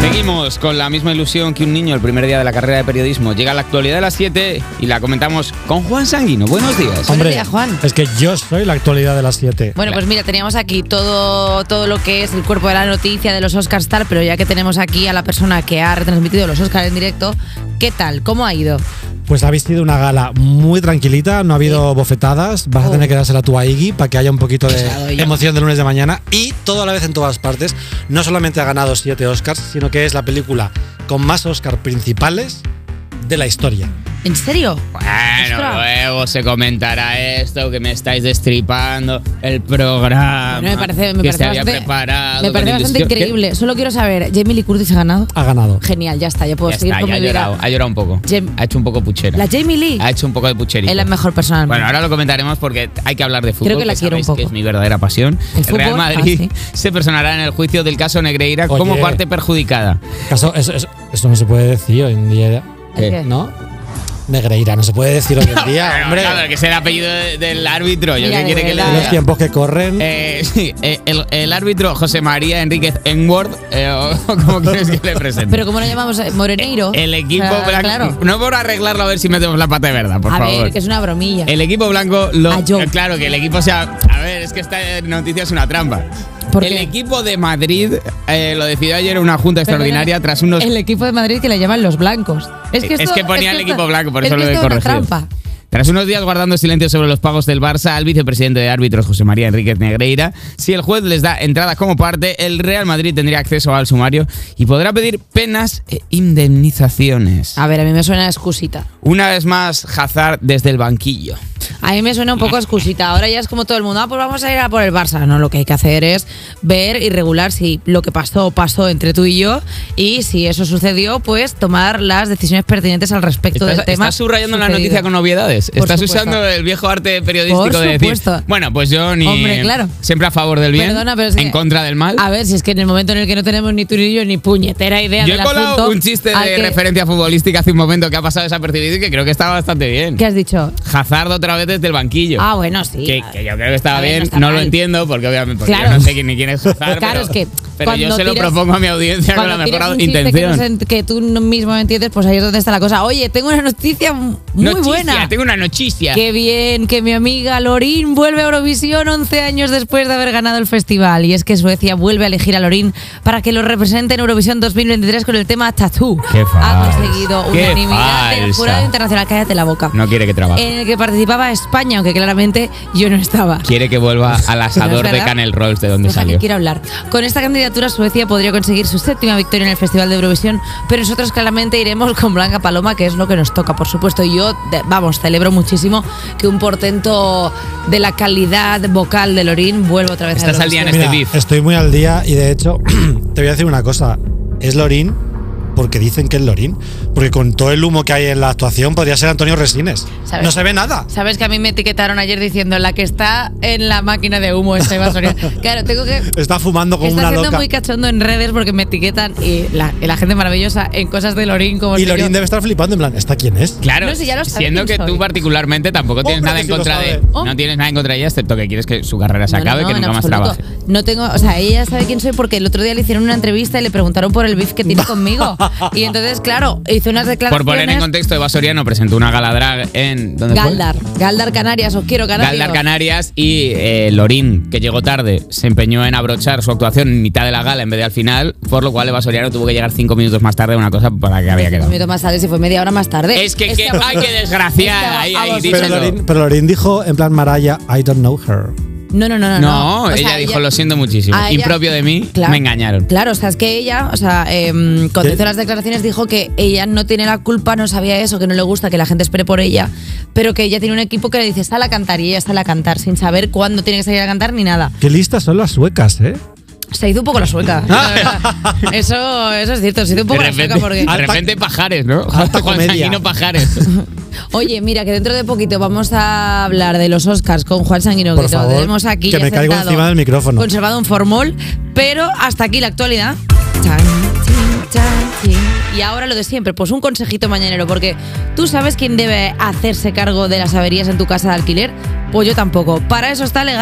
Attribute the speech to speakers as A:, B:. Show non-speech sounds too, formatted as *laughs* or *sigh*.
A: Seguimos con la misma ilusión que un niño el primer día de la carrera de periodismo. Llega la actualidad de las 7 y la comentamos con Juan Sanguino. Buenos días.
B: Hombre,
C: días, Juan.
B: es que yo soy la actualidad de las 7.
C: Bueno, pues mira, teníamos aquí todo, todo lo que es el cuerpo de la noticia de los Oscars tal, pero ya que tenemos aquí a la persona que ha retransmitido los Oscars en directo, ¿qué tal? ¿Cómo ha ido?
B: Pues habéis sido una gala muy tranquilita, no ha habido bofetadas, vas a
C: Oh.
B: tener que dársela tú a Iggy para que haya un poquito
C: Se la doy
B: de
C: yo.
B: emoción de lunes de mañana y todo a la vez en todas partes. No solamente ha ganado 7 Oscars, sino que es la película con más Oscars principales de la historia.
C: ¿En serio?
A: Bueno,
C: Ostras.
A: luego se comentará esto, que me estáis destripando el programa.
C: Bueno, me parece, me
A: que
C: parece
A: se había
C: bastante,
A: preparado.
C: me
A: con
C: parece bastante
A: ilusión. ¿Qué?
C: increíble. Solo quiero saber, ¿Jamie Lee Curtis ha ganado?
B: Ha ganado.
C: Genial, ya está, ya puedo
A: Ya
C: seguir
A: está,
C: con
A: ya ha
C: mi
A: llorado,
C: vida.
A: ha llorado un poco.
C: Jem-
A: Ha hecho un poco puchera.
C: La Jamie Lee
A: ha hecho un poco de pucherito.
C: es la mejor persona del
A: Bueno,
C: mundo.
A: ahora lo comentaremos porque hay que hablar de fútbol.
C: Creo que la quiero un
A: sabéis
C: poco.
A: es mi verdadera pasión.
C: El fútbol,
A: Real
C: ah,
A: Madrid
C: sí.
A: *laughs* se personará en el juicio del caso Negreira
B: Oye.
A: como parte perjudicada.
B: Caso- eso, eso- eso no se puede decir hoy en día,
C: ¿El
A: ¿Qué?
C: qué?
B: ¿no? Negreira, no se puede decir
A: *laughs*
B: hoy en día,
A: Pero,
B: hombre.
A: claro, que es el apellido de- del árbitro. Yo qué
C: Mira, de
A: quiere que le
C: verdad.
B: Los
A: diga.
B: tiempos que corren.
A: Eh, sí, eh, el, el árbitro José María Enríquez Enward, eh, o *laughs* como quieres que le presente.
C: Pero ¿cómo lo llamamos? ¿Moreneiro?
A: el equipo
C: Ah,
A: blanco.
C: Claro.
A: No por arreglarlo a ver si metemos la pata de verdad, por
C: a
A: favor.
C: ver, que es una Ah, bromilla.
A: El equipo blanco lo.
C: A Joe.
A: eh, Claro, que el equipo sea. A ver, es que esta noticia es una trampa.
C: ¿Por
A: el
C: qué?
A: equipo de Madrid eh, lo decidió ayer una junta extraordinaria tras unos.
C: El equipo de Madrid que le llaman los blancos. Es que, esto-
A: ponía
C: es
A: el
C: que
A: equipo
C: esto-
A: blanco, por
C: es
A: eso
C: que
A: lo he
C: esto es una
A: corregido.
C: trampa.
A: Tras unos días guardando silencio sobre los pagos del Barça, al vicepresidente de árbitros José María Enríquez Negreira, si el juez les da entrada como parte, el Real Madrid tendría acceso al sumario y podrá pedir penas e indemnizaciones.
C: A ver, a mí me suena a excusita.
A: Una vez más, Hazard desde el banquillo.
C: A mí me suena un poco a excusita. Ahora ya es como todo el mundo, ah, pues vamos a ir a por el Barça. No, lo que hay que hacer es ver y regular si lo que pasó, pasó entre tú y yo. Y si eso sucedió, pues tomar las decisiones pertinentes al respecto
A: Estás,
C: del tema.
A: estás subrayando la
C: sucedido.
A: noticia con novedades.
C: Por
A: estás
C: supuesto.
A: usando el viejo arte periodístico
C: Por
A: de decir.
C: supuesto.
A: Bueno, pues yo ni.
C: Hombre, claro.
A: Siempre a favor del bien.
C: Perdona, pero es
A: en
C: que-
A: contra del mal.
C: A ver, si es que en el momento en el que no tenemos ni tú ni yo ni puñetera idea
A: yo he
C: del
A: colado
C: asunto,
A: un chiste
C: al
A: de
C: que-
A: referencia futbolística hace un momento que ha pasado desapercibido y que creo que estaba bastante bien.
C: ¿Qué has dicho?
A: Hazard otra vez desde el banquillo.
C: Ah, bueno, sí.
A: que, que yo creo que estaba
C: A ver, no
A: bien,
C: está
A: no lo
C: mal.
A: entiendo porque obviamente porque
C: Claro.
A: yo no sé quién, ni
C: *laughs*
A: quién es Hazard.
C: Claro,
A: pero,
C: es que
A: pero yo
C: cuando
A: se lo
C: tiras-
A: propongo a mi audiencia con
C: Cuando
A: la
C: tienes
A: mejor
C: un chiste
A: intención.
C: Que, no se- que tú no mismo no entiendes, pues ahí es donde está la cosa. Oye, tengo una noticia muy
A: Noticia,
C: buena.
A: Tengo una noticia.
C: Qué bien que mi amiga Lorín vuelve a Eurovisión 11 años después de haber ganado el festival. Y es que Suecia vuelve a elegir a Lorín para que lo represente en Eurovisión 2023 con el tema Tattoo.
A: Qué
C: ha
A: falsa.
C: conseguido
A: Qué
C: unanimidad del
A: falsa.
C: jurado internacional. Cállate la boca.
A: No quiere que trabaje.
C: En el que participaba España, aunque claramente yo no estaba.
A: Quiere que
C: *laughs*
A: vuelva al asador de
C: ¿Es verdad?
A: Canel Rolls de donde
C: Deja que
A: salió.
C: quiero hablar. Con esta candidatura Suecia podría conseguir su séptima victoria en el Festival de Eurovisión, pero nosotros claramente iremos con Blanca Paloma, que es lo que nos toca, por supuesto. Y yo, de- vamos, celebro muchísimo que un portento de la calidad vocal de Lorín vuelva otra vez
A: Estás
C: a
A: al día en
C: Eurovisión.
A: este
B: Mira,
A: beef.
B: Estoy muy al día y de hecho, *clears throat* te voy a decir una cosa. Es Lorín porque dicen que es Lorín. Porque con todo el humo que hay en la actuación podría ser Antonio Resines.
C: ¿Sabes?
B: No se ve nada.
C: Sabes que a mí me etiquetaron ayer diciendo la que está en la máquina de humo esta *laughs* evasoria. Claro, tengo que
B: Está fumando como
C: Está
B: una
C: siendo
B: loca.
C: muy cachondo en redes porque me etiquetan y la, y la gente maravillosa en cosas de Lorín como
B: Y
C: si yo-
B: Lorín debe estar flipando en plan, ¿esta quién es?
A: Claro,
C: No, si ya lo sabe
A: siendo que
C: quién
A: tú
C: soy.
A: particularmente tampoco tienes
B: Hombre,
A: nada
B: que
A: en
B: sí lo
A: contra de...
B: sabe.
C: Oh.
A: No tienes nada en contra de ella, excepto que quieres que su carrera se
C: No, no,
A: acabe y
C: no,
A: que
C: en
A: nunca más
C: absoluto.
A: trabaje.
C: No tengo, o sea, ella sabe quién soy porque el otro día le hicieron una entrevista y le preguntaron por el beef
A: *laughs*
C: que tiene conmigo. Y entonces, claro, hizo unas
A: Por
C: declaraciones.
A: poner en contexto, Eva Soriano presentó una gala drag en... ¿dónde fue?
C: Galdar, Galdar Canarias, os quiero Canarias.
A: Galdar Canarias y eh, Lorín, que llegó tarde, se empeñó en abrochar su actuación en mitad de la gala en vez de al final, por lo cual Eva Soriano tuvo que llegar cinco minutos más tarde a una cosa para que había
C: Un
A: quedado.
C: minuto más tarde, si fue media hora más tarde.
A: Es que, qué-
C: a vosotros-
A: ay, qué desgraciada,
C: es que a-
A: ahí,
C: a
A: ahí,
C: vosotros-
B: Pero
A: díselo.
B: Lorín, pero Lorín dijo en plan Maraya, I don't know her.
C: No, no, no,
A: No,
C: no. no. O sea,
A: ella dijo, lo siento muchísimo.
C: a ella-
A: Impropio de mí,
C: Claro.
A: me engañaron.
C: Claro, o sea, es que ella, o sea, eh, cuando
B: ¿Qué?
C: hizo las declaraciones dijo que ella no tiene la culpa, no sabía eso, que no le gusta que la gente espere por ella, pero que ella tiene un equipo que le dice, sal a cantar y ella sale a cantar, sin saber cuándo tiene que salir a cantar ni nada.
B: Qué listas son las suecas, ¿eh?
C: Se hizo un poco la sueca. la verdad. eso, eso es cierto, se hizo un
A: De
C: poco la
A: repente, *laughs*
C: sueca
A: Ah,
C: porque.
A: de repente pajares, ¿no?
B: Alta
A: *laughs* Juan
B: comedia.
A: Sanguino Pajares.
C: Oye, mira, que dentro de poquito vamos a hablar de los Oscars con Juan Sanguino,
B: Por
C: que
B: favor,
C: lo tenemos aquí.
B: que
C: ya
B: me caigo
C: sentado,
B: encima del micrófono.
C: Conservado en formol, pero hasta aquí la actualidad. Chan, chin, chan, chin. Y ahora lo de siempre, pues un consejito mañanero, porque tú sabes quién debe hacerse cargo de las averías en tu casa de alquiler. Pues yo tampoco. Para eso está legal.